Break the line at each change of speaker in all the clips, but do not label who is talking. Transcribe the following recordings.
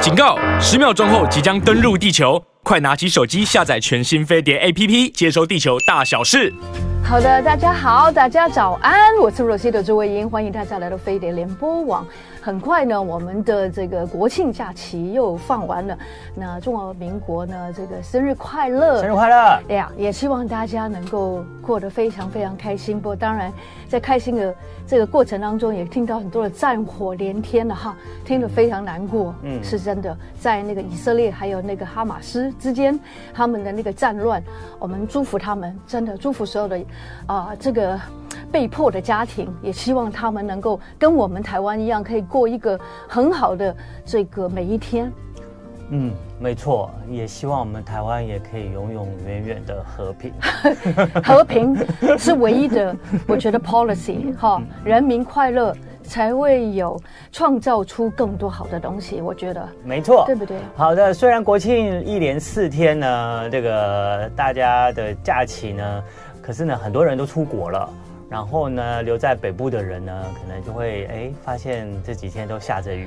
警告！十秒钟后即将登陆地球，快拿起手机下载全新飞碟 APP，接收地球大小事。
好的，大家好，大家早安，我是 Rosie 的朱慧英，欢迎大家来到飞碟联播网。很快呢，我们的这个国庆假期又放完了，那中华民国呢，这个生日快乐！
生日快乐！
哎呀，也希望大家能够过得非常非常开心。不过当然，在开心的这个过程当中，也听到很多的战火连天了哈，听得非常难过。嗯，是真的，在那个以色列还有那个哈马斯之间，他们的那个战乱，我们祝福他们，真的祝福所有的啊、这个被迫的家庭，也希望他们能够跟我们台湾一样，可以过一个很好的这个每一天。
嗯，没错，也希望我们台湾也可以永永远远的和 平。
和平是唯一的，我觉得 policy 哈，人民快乐才会有创造出更多好的东西，我觉得
没错，
对不对
好的，虽然国庆一连四天呢，这个大家的假期呢，可是呢，很多人都出国了。然后呢，留在北部的人呢，可能就会哎，发现这几天都下 着雨，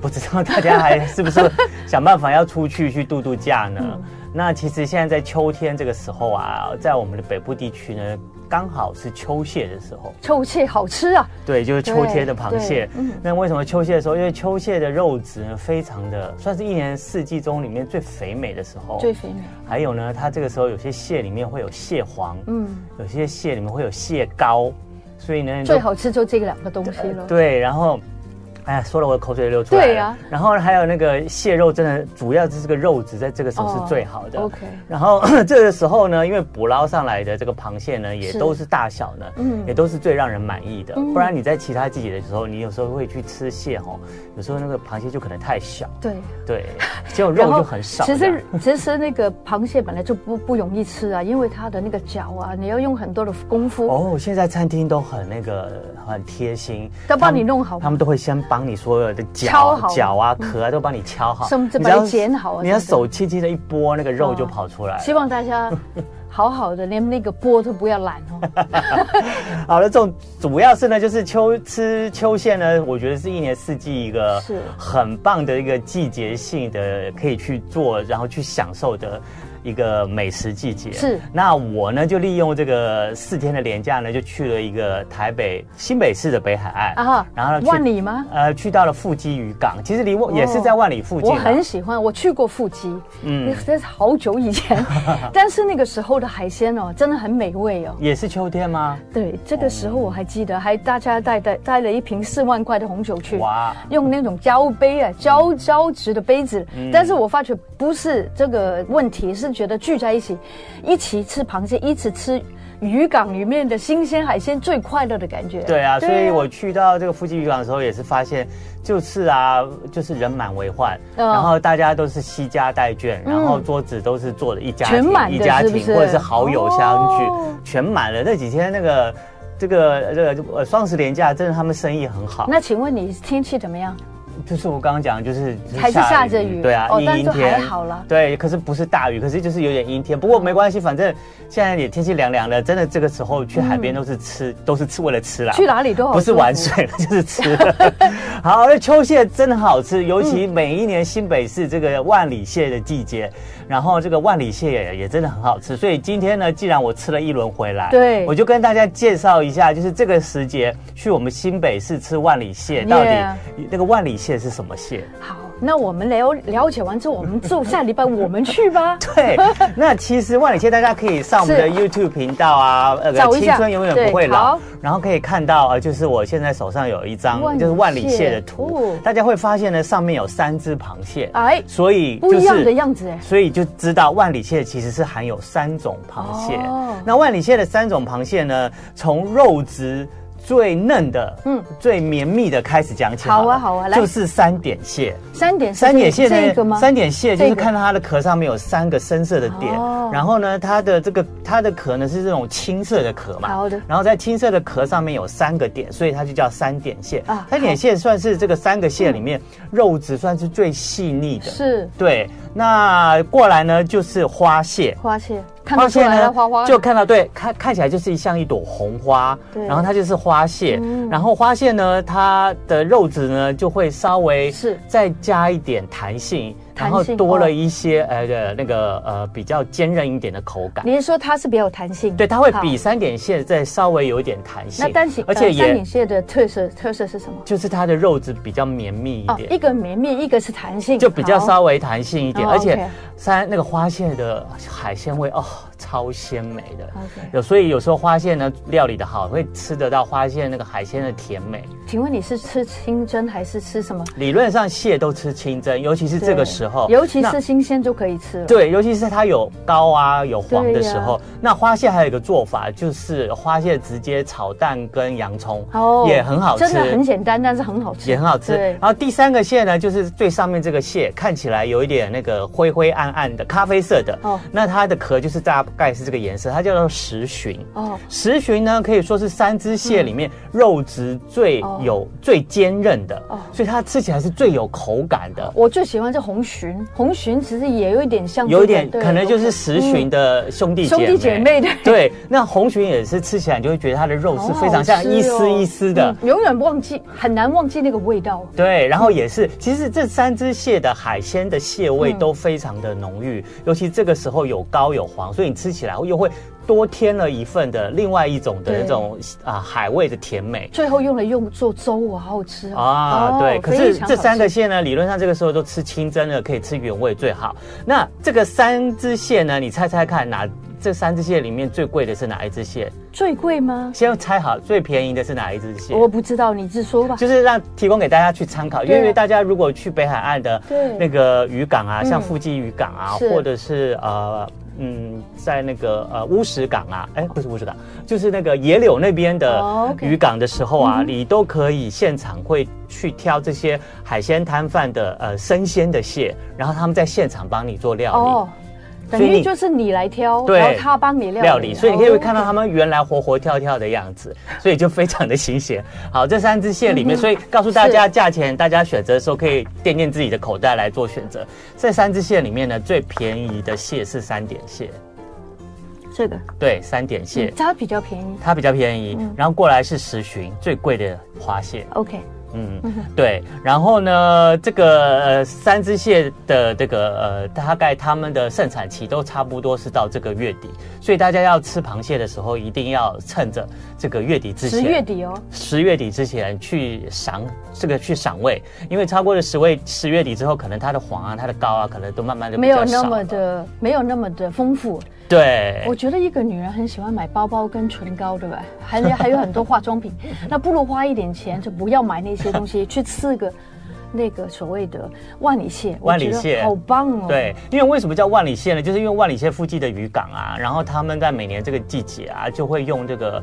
不知道大家还是不是想办法要出去去度度假呢？
嗯
那其实现在在秋天这个时候啊，在我们的北部地区呢，刚好是秋蟹的时候。
臭蟹好吃啊，
对，就是秋天的螃蟹
对。嗯
那为什么秋蟹的时候？因为秋蟹的肉质呢，非常的算是一年四季中里面最肥美的时候。
最肥美，
还有呢，它这个时候有些蟹里面会有蟹黄，
嗯，
有些蟹里面会有蟹膏，所以呢，你就
最好吃就这两个东西了。
对，然后。哎呀，说了我的口水流出来了。
对呀
然后还有那个蟹肉，真的主要是这个肉质，在这个时候
哦
是最好的。
OK
然后 这个时候呢，因为捕捞上来的这个螃蟹呢，也
是
都是大小呢，
嗯
也都是最让人满意的。
嗯
不然你在其他季节的时候，你有时候会去吃蟹哦，有时候那个螃蟹就可能太小，
对，
对， 结果
然
肉
后
就很少这
其
样。
实其实那个螃蟹本来就不不容易吃啊，因为它的那个脚啊，你要用很多的功夫。
哦，现在餐厅都很那个很贴心，
都帮
他们
你弄好
他们都会先帮你所有的
敲
脚
好嗯
脚啊壳啊都帮你敲好，
甚至
你
把
只
它
要
剪好啊
你要
什么的
手轻轻的一拨，那个肉
哦
就跑出来。
希望大家好好的，连那个波都不要懒 哦。
好了，这种主要是呢，就是秋吃秋蟹呢，我觉得是一年四季一个
是
很棒的一个季节性的可以去做，然后去享受的。一个美食季节
是
那我呢就利用这个四天的连假呢，就去了一个台北新北市的北海岸
啊哈
然后呢去
万里吗
呃，去到了富基渔港，其实离我、
哦
也是在万里附近
我
啊。
很喜欢，我去过腹肌，嗯，这是好久以 前，但是那个时候的海鲜哦，真的很美味哦。
也是秋天吗？
对，这个时候我还记
哦
得，还大家带带带了一瓶四万块的红酒去，
哇嗯
用那种胶杯啊，胶胶质的杯子。但是我发觉不是这个问题，是觉得聚在一起，一起吃螃蟹，一起吃渔港里面的新鲜海鲜，最快乐的感觉。
对啊，所以我去到这个夫妻渔港的时候，也是发现，就是啊，就是人满为患，
嗯
然后大家都是惜家带眷，然后桌子都是坐的一家庭
全满的
一家庭，
是不是
或者是好友相聚，
哦
全满了。那几天那个。这个这个呃，双十连假真的他们生意很好。
那请问你天气怎么样？
就是我刚刚讲，就是就
还是下着雨
对啊，
哦
阴
但
阴
就还
天
好啦
对，可是不是大雨，可是就是有点阴天。不过没关系，反正现在也天气凉凉的，真的这个时候去海边都是吃，都是吃为了吃啦。
去哪里都好
不是
舒服
玩水了，就是吃。 好，那秋蟹真的好吃，尤其每一年新北市这个万里蟹的季节，然后这个万里蟹也也真的很好吃。所以今天呢，既然我吃了一轮回来，
对
我就跟大家介绍一下，就是这个时节去我们新北市吃万里蟹，到底
Yeah
那个万里蟹是什么蟹？
好，那我们了了解完之后，我们就下礼拜我们去吧。
对，那其实万里蟹大家可以上我们的 YouTube 频道啊，那
找
个
一
青
下
春永远
对
不会
好
老，然后可以看到呃，就是我现在手上有一张
万里
就是万里
蟹
蟹的
哦
图，大家会发现呢上面有三只螃蟹，
哎，
所以
不
就
一样的
是。
样子哎，
所以就知道万里蟹其实是含有三种螃蟹。
哦
那万里蟹的三种螃蟹呢，从肉质最嫩的、
嗯
嗯，最绵密的开始讲起
好啊
了
好啊来
就是三点蟹。
三点是
三点蟹
这
呢？
个吗？
三点蟹就
这
是
个
看到它的壳上面有三个深色的点，
哦
然后呢，它的这个它的壳呢是这种青色的壳嘛，
好的
然后在青色的壳上面有三个点，所以它就叫三点蟹。
啊嗯
三点蟹算是这个三个蟹里面肉质算是最细腻的，
是
对。那过来呢就是花蟹，
花蟹，看得出来了花花的
就看到对看看起来就是像一朵红花，
对
然后它就是花蟹，
嗯
然后花蟹呢，它的肉质呢就会稍微
是
再加一点弹性，然后
弹性
多
哦
了一些呃的那个呃比较坚韧一点的口感。
你是说它是比较有弹性？
对，它会
好
比三点蟹再稍微有一点弹性，
那单形，
而且
呃、三
也
顶蟹的特色特色是什么？
就是它的肉质比较绵密一
哦，
点，
一个绵密，一个是弹性，
就比较
好
稍微弹性一点，
哦
而且
OK
三那个花蟹的海鲜味哦，超鲜美的。
OK
有所以有时候花蟹呢料理的好，会吃得到花蟹那个海鲜的甜美。
请问你是吃清蒸还是吃什么？
理论上蟹都吃清蒸，尤其是这个
对
时候，
尤其
那
是新鲜就可以吃了。
对，尤其是它有膏啊有黄的
对呀
时候。那花蟹还有一个做法，就是花蟹直接炒蛋跟洋葱，
哦
也很好吃，
真的很简单，但是很好吃，
也很好吃。啊
对
然，后第三个蟹呢，就是最上面这个蟹，看起来有一点那个灰灰暗暗的咖啡色的。
哦
那它的壳就是大概是这个颜色，它叫做石鲟。
哦，嗯
石鲟呢，可以说是三只蟹里面肉质最
哦
有、最坚韧的，
哦
所以它吃起来是最有口感的。
我最喜欢是红鲟，红鲟其实也有一点像这个，
有一点
对
可能就是石鲟
嗯
的兄弟姐
兄
妹，
弟姐妹的
对，那红鲟也是吃起来你就会觉得它的肉是非常像
好好吃
一丝一丝的，
哦哦嗯永远忘记，很难忘记那个味道。
对，然后也是，其实这三只蟹的海鲜的蟹味
嗯
都非常的浓郁，尤其这个时候有膏有黄，所以你吃起来又会多添了一份的另外一种的
对
那种啊、海味的甜美。
最后用了用做粥，好好吃哦
啊，
哦
对，可是
非常
这
好
三个
吃
蟹呢，理论上这个时候都吃清蒸的，可以吃原味最好。那这个三只蟹呢，你猜猜看哪？这三只蟹里面最贵的是哪一只蟹？
最贵吗？
先猜好最便宜的是哪一只蟹？
我不知道，你自说吧。
就是让提供给大家去参考，因
对啊
为大家如果去北海岸的
对
那个渔港啊，
嗯
像富基渔港啊，
是
或者是呃嗯，在那个呃乌石港啊，哎不是乌石港，就是那个野柳那边的
哦，OK 嗯
渔港的时候啊，你都可以现场会去挑这些海鲜摊贩的呃生鲜的蟹，然后他们在现场帮你做料理。
哦，等
所以
于
你
就是你来挑，
对
然后他帮你料理，啊
料理，所以你可以看到
哦
它们原来活活跳跳的样 子，所以就非常的新鲜。好，这三只蟹里
嗯
面，所以告诉大家价钱，大家选择的时候可以垫垫自己的口袋来做选择。这三只蟹里面呢，最便宜的蟹是三点蟹，
这个
对，三点蟹、
嗯它嗯比较便宜。
它比较便宜，然后过来是石鲟，最贵的花蟹，
OK，
嗯，对。然后呢，这个呃三只蟹的这个呃大概它们的盛产期都差不多是到这个月底，所以大家要吃螃蟹的时候，一定要趁着这个月底之前，
十月底哦，
十月底之前去赏这个去赏味，因为超过了十位十月底之后，可能它的黄啊、它的膏啊，可能都慢慢的
没有那么的，没有那么的丰富。
对
我觉得一个女人很喜欢买包包跟唇膏，对吧？ 还有还有很多化妆 品，那不如花一点钱，就不要买那些东西，去吃个那个所谓的万里蟹。我
万里
觉得
蟹
好棒哦！，
对，因为为什么叫万里蟹呢？就是因为万里蟹附近的渔港啊，然后他们在每年这个季节啊，就会用这个、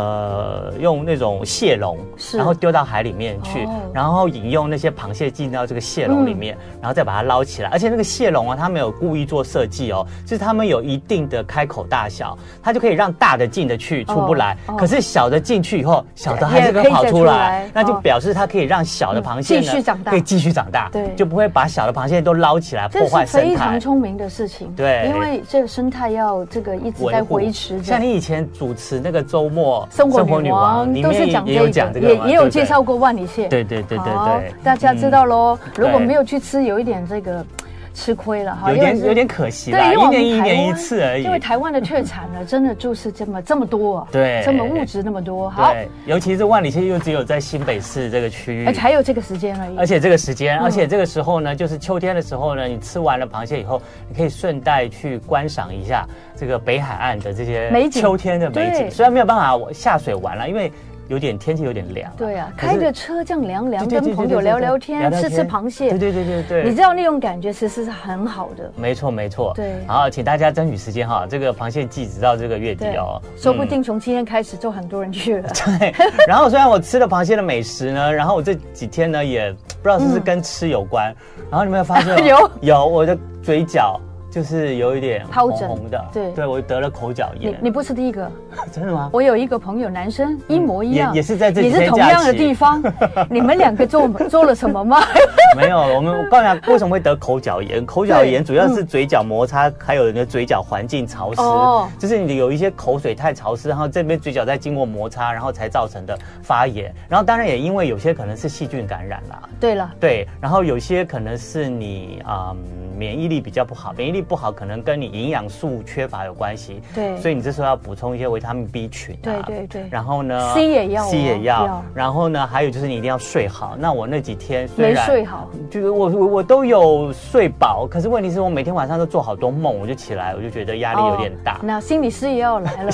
呃用那种蟹笼，
嗯是
然后丢到海里面去，
哦嗯
然后引诱那些螃蟹进到这个蟹笼里面，然后再把它捞起来。而且那个蟹笼啊，它没有故意做设计哦，就是它们有一定的开口大小，它就可以让大的进得去，出不来。
哦哦
可是小的进去以后，小的
也
还是
可
能
以
跑
再
出
出
来
来，
那就
哦
表示它可以让小的
嗯
螃蟹呢
继续长大
可以继续长大，
对
就不会把小的螃蟹都捞起来破
这
坏
是
生
非
态
常。聪明的事情。
对
因为这个生态要这个一直
维
在
护
维持着
像。你以前主持那个周末
生活女王
里
都是
面
讲
也
这
有
个，
讲这个
也
嘛
也
对
有
不对
介绍过万里蟹。
对对对对
好
对，
大家知道喽。如果
对
没有去吃，有一点这个吃亏了哈，
嗯有
因
点
为
有点可惜啦，
对，因为
一
我
年
们
一
台
年一
湾
次而已
因。为台湾的特产呢，真的就是这么这么多、啊，
对
这么物质那么多。好，
对，尤其是万里蟹又只有在新北市这个区域
而且。还嗯有这个时间而已。
而且这个时间，而且这个时候呢，就是秋天的时候呢，你吃完了螃蟹以后，你可以顺带去观赏一下这个北海岸的这些
美景
秋天的美景。
对
虽然没有办法我下水玩了，因为有点天气有点凉。
对啊，
可是
开着车这样凉凉，
对对对
跟朋
对
友
对
聊
对
聊
聊
天，
聊
吃吃
天
螃蟹，
对对对对对，
你知道那种感觉其实是很好的。
没错，没错。
对
然后请大家争取时间哈，这个螃蟹季直到这个月底
对
哦，，嗯
说不定从今天开始就很多人去了。
对。 然后虽然我吃了螃蟹的美食呢，然后我这几天呢也不知道是不是跟吃有关，然后你有没有发现哦
嗯 有
有我的嘴角就是有一点
疱
红
疹
红的，
对
对我得了口角
你
炎，
你不是第一个，
真的吗？
我有一个朋友，男生一模一样，
嗯也也是在这
也
几
是
天
同
假
样的
期
地 方。你们两个做做了什么吗？
没有，我们我告诉你为什么会得口角炎。口角
嗯
炎主要是嘴角摩擦，还有你的嘴角环境潮湿，
哦
就是你有一些口水太潮湿，然后这边嘴角在经过摩擦，然后才造成的发炎。然后当然也因为有些可能是细菌感染啦，
对了，
对，然后有些可能是你啊、嗯免疫力比较不好，免疫力不好可能跟你营养素缺乏有关系。
对
所以你这时候要补充一些维他命 B 群、啊。
对对对
然后呢
C 也要哦
，C 也要。
要
然后呢，还有就是你一定要睡好。那我那几天虽
没
然
睡好，
就是我我我都有睡饱，可是问题是我每天晚上都做好多梦，我就起来我就觉得压力有点大。
哦那心理师也要来了，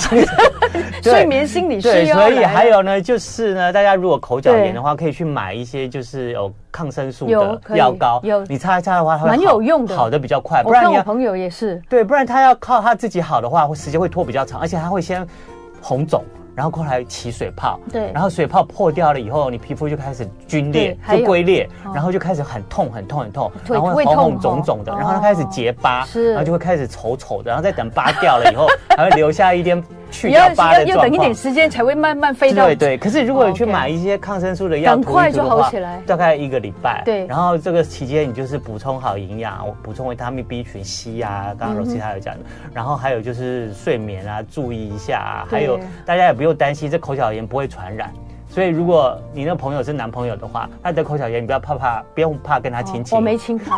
对
睡眠心理师
对，
又要来
所
了。
以还有呢，就是呢，大家如果口角
对
炎的话，可以去买一些就是有抗生素
有可
的
以
药膏，
有
你擦一擦的话，它会
蛮
好
有用的
好的比较快，
我
不然
看
你
我
要
朋友也是，
对，不然他要靠他自己好的话，会时间会拖比较长，而且他会先红肿，然后后来起水泡，
对
然后水泡破掉了以后，你皮肤就开始皲裂
对，还
就
有
龟裂
哦，
然后就开始很痛很痛很痛，
腿
然后
会
红
痛
红
哦
肿肿的，然后它开始结疤，
是
然后就会开始丑丑的，然后再等疤掉了 以后，还会留下一点去
你
掉
要
疤
要
的
要
状
等一
况
点。时间才会慢慢飞到
对对，可是如果你去
哦 OK
买一些抗生素的药，
赶
涂
快
一涂
就
的
好
话
起来
大概一个礼拜。
对
然后这个期间你就是补充好营养，补充维他命 B 群、C 啊，刚刚罗西他有讲的，然后还有就是睡眠啊，注意一下、啊，还有
嗯对
大家也不用担心这口角炎不会传染。所以，如果你那朋友是男朋友的话，他得口角炎，你不要怕怕，不用怕跟他亲
哦
亲。
我没亲他。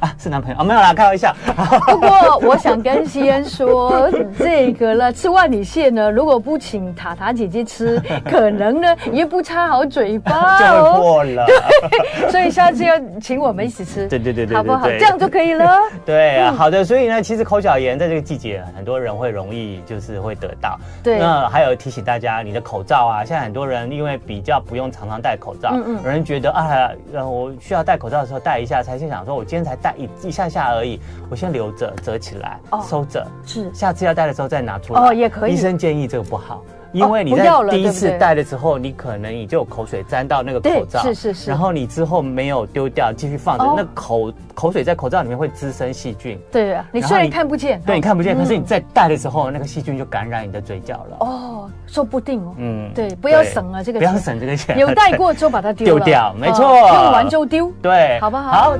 啊，是男朋友啊，没有啦，开 玩笑。
不过我想跟西恩说，这个了，吃万里蟹呢，如果不请塔塔姐姐 吃，可能呢也不擦好嘴巴
就会
哦。
破了，
所以下次要请我们一起吃，
对对对对对
好不好？
对
这样就可以 了。
对
嗯
啊，好的。所以呢，其实口角炎在这个季节，很多人会容易就是会得到。
对
那还有提醒大家，你的口罩啊，现在很多人因为比较不用常常戴口罩，
嗯嗯
有人觉得啊，呃我需要戴口罩的时候戴一下，才心想说，我今天才戴一一下下而已，我先留着折起来、
哦
收着，
是
下次要戴的时候再拿出来。
哦也可以
医生建议这个不好。因为你
不
在
要了
第一
对不
次
对
戴的时候，你可能你就有口水沾到那个
对
口罩，
是是是
然后你之后没有丢掉，继续放着，
哦
那口口水在口罩里面会滋生细菌，
对啊，你
然后
虽然
你
看不见，
对，你看不见，
嗯
可是你在戴的时候，那个细菌就感染你的嘴角了。
哦，说不定哦。
嗯
对，不要
对
省了这个
不要
钱，
省这个 钱，
有带过就把它丢了
丢掉没错
哦用完就丢。
对，
好不好
好，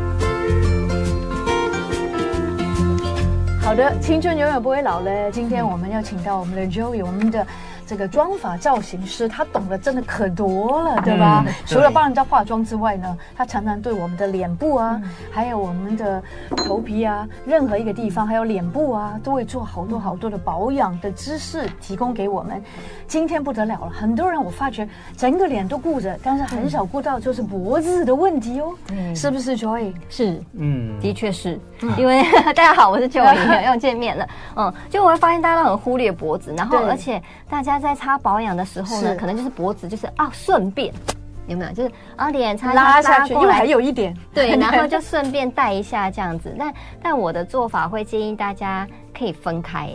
好的，青春永远不会老了。今天我们要请到我们的 Joey，我们的这个妆发造型师，他懂得真的可多了，对吧？
嗯
除了帮人家化妆之外呢，他常常对我们的脸部啊，
嗯
还有我们的头皮啊，任何一个地方，还有脸部啊，都会做好多好多的保养的知识提供给我们。今天不得了了，很多人我发觉整个脸都顾着，但是
嗯
很少顾到就是脖子的问题哦，是不是 Joey？
是，
嗯，
的确是，因为 大家好，我是邱莹， 又见面了。嗯，就我会发现大家都很忽略脖子，然后
对
而且大家在擦保养的时候
是
呢，可能就是脖子就是啊顺便，有没有？就是啊脸擦一
拉下去，因
过
为
来
还有一点。
对，然后就顺便带一下这样子。但但我的做法会建议大家可以分开，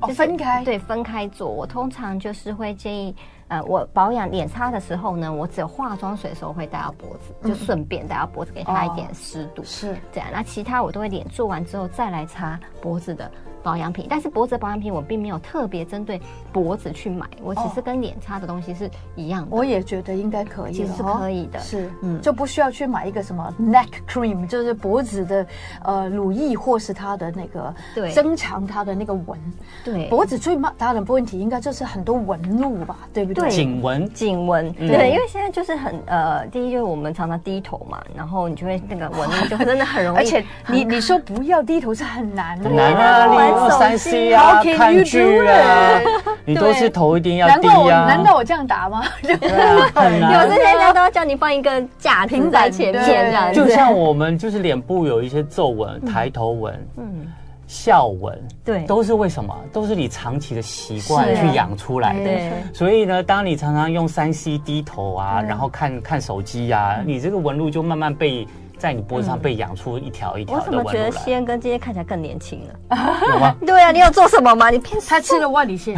哦
就是
分开
对，分开做。我通常就是会建议，呃，我保养脸擦的时候呢，我只有化妆水的时候会带到脖子，
嗯
就顺便带到脖子，给它一
哦
点湿度。
是
这啊样，那其他我都会脸做完之后再来擦脖子的保养品，但是脖子的保养品我并没有特别针对脖子去买，我只
哦
是跟脸擦的东西是一样的。
我也觉得应该可以，
其实是可以的
是，嗯，
嗯
就不需要去买一个什么 neck cream，就是脖子的呃乳液，或是它的那个
对
增强它的那个纹。
对，
脖子最大的问题应该就是很多纹路吧，对不对？
对
颈纹
颈纹，
嗯
对，因为现在就是很呃，第一就是我们常常低头嘛，然后你就会那个纹路就真的很容易，
而且你你说不要低头是很难的，
很难
啊
啊，你
玩
用
手
三
机
C 啊
How，can
看
you
剧啊，你都是头一定要
难
低
怪我
啊，
难怪我这样打吗？
对啊很
有
难
时。人家都要叫你放一个架子在前面
平板
这样子，
就像我们就是脸部有一些皱纹、抬头纹、
嗯，
笑纹，
对
都是为什么？都是你长期的习惯
是啊
去养出来的。
对
所以呢，当
嗯
你常常用三 C 低头啊，然后看看手机呀、啊，你这个纹路就慢慢被在你脖子上被养出一条一条
嗯我
的
怎
纹
么
路
觉得西
来，
恩跟今天看起来更年轻了？
有 吗？
对啊，你有做什么吗？你骗
他吃了万里蟹，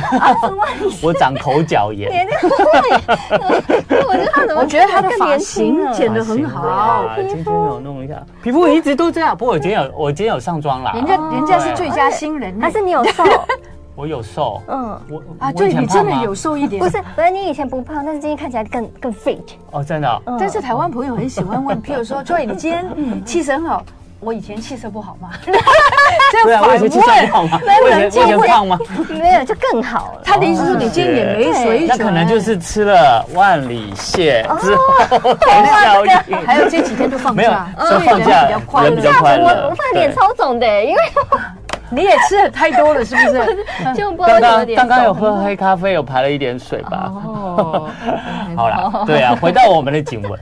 我长口角炎，
年龄会， 我觉得他怎么
我觉得他的
更
发
年轻啊
型
了
剪得很好，
啊今天有弄一下，皮肤一直都这样。不过我今天有，我今天有上妆啦。
人家
哦
人家是最佳新
嗯
人呢，
还是你有 瘦？
我有瘦，
嗯，
我
啊，
我
对
以前
你真的
胖吗
有瘦一点
嗯
不。是，不是你以前不胖，但是今天看起来更更 fit。
哦，真的哦，
嗯
但是台湾朋友很喜欢问， 譬如说，对你今
嗯
天气色很好，我以前气色不好 吗？这
对
样
啊，我以
反
前吃
问。
胖吗？
有
我以前
人
我以前
见过
胖吗？
没有就更好了。
他的意思是你今天也没水准，
那可能就是吃了万里蟹之后 的效应。
还有这几天都放
嗯没有
假，嗯
是放假
比较快
人比
乐
较。快
我
乐
我怕脸超肿的，因为
你也吃的太多了，是不 是？
就不知道
刚
为什么
刚
脸
刚刚有
肿
喝黑咖啡，有排了一点水吧？
哦，
好啦，对啊，回到我们的颈纹，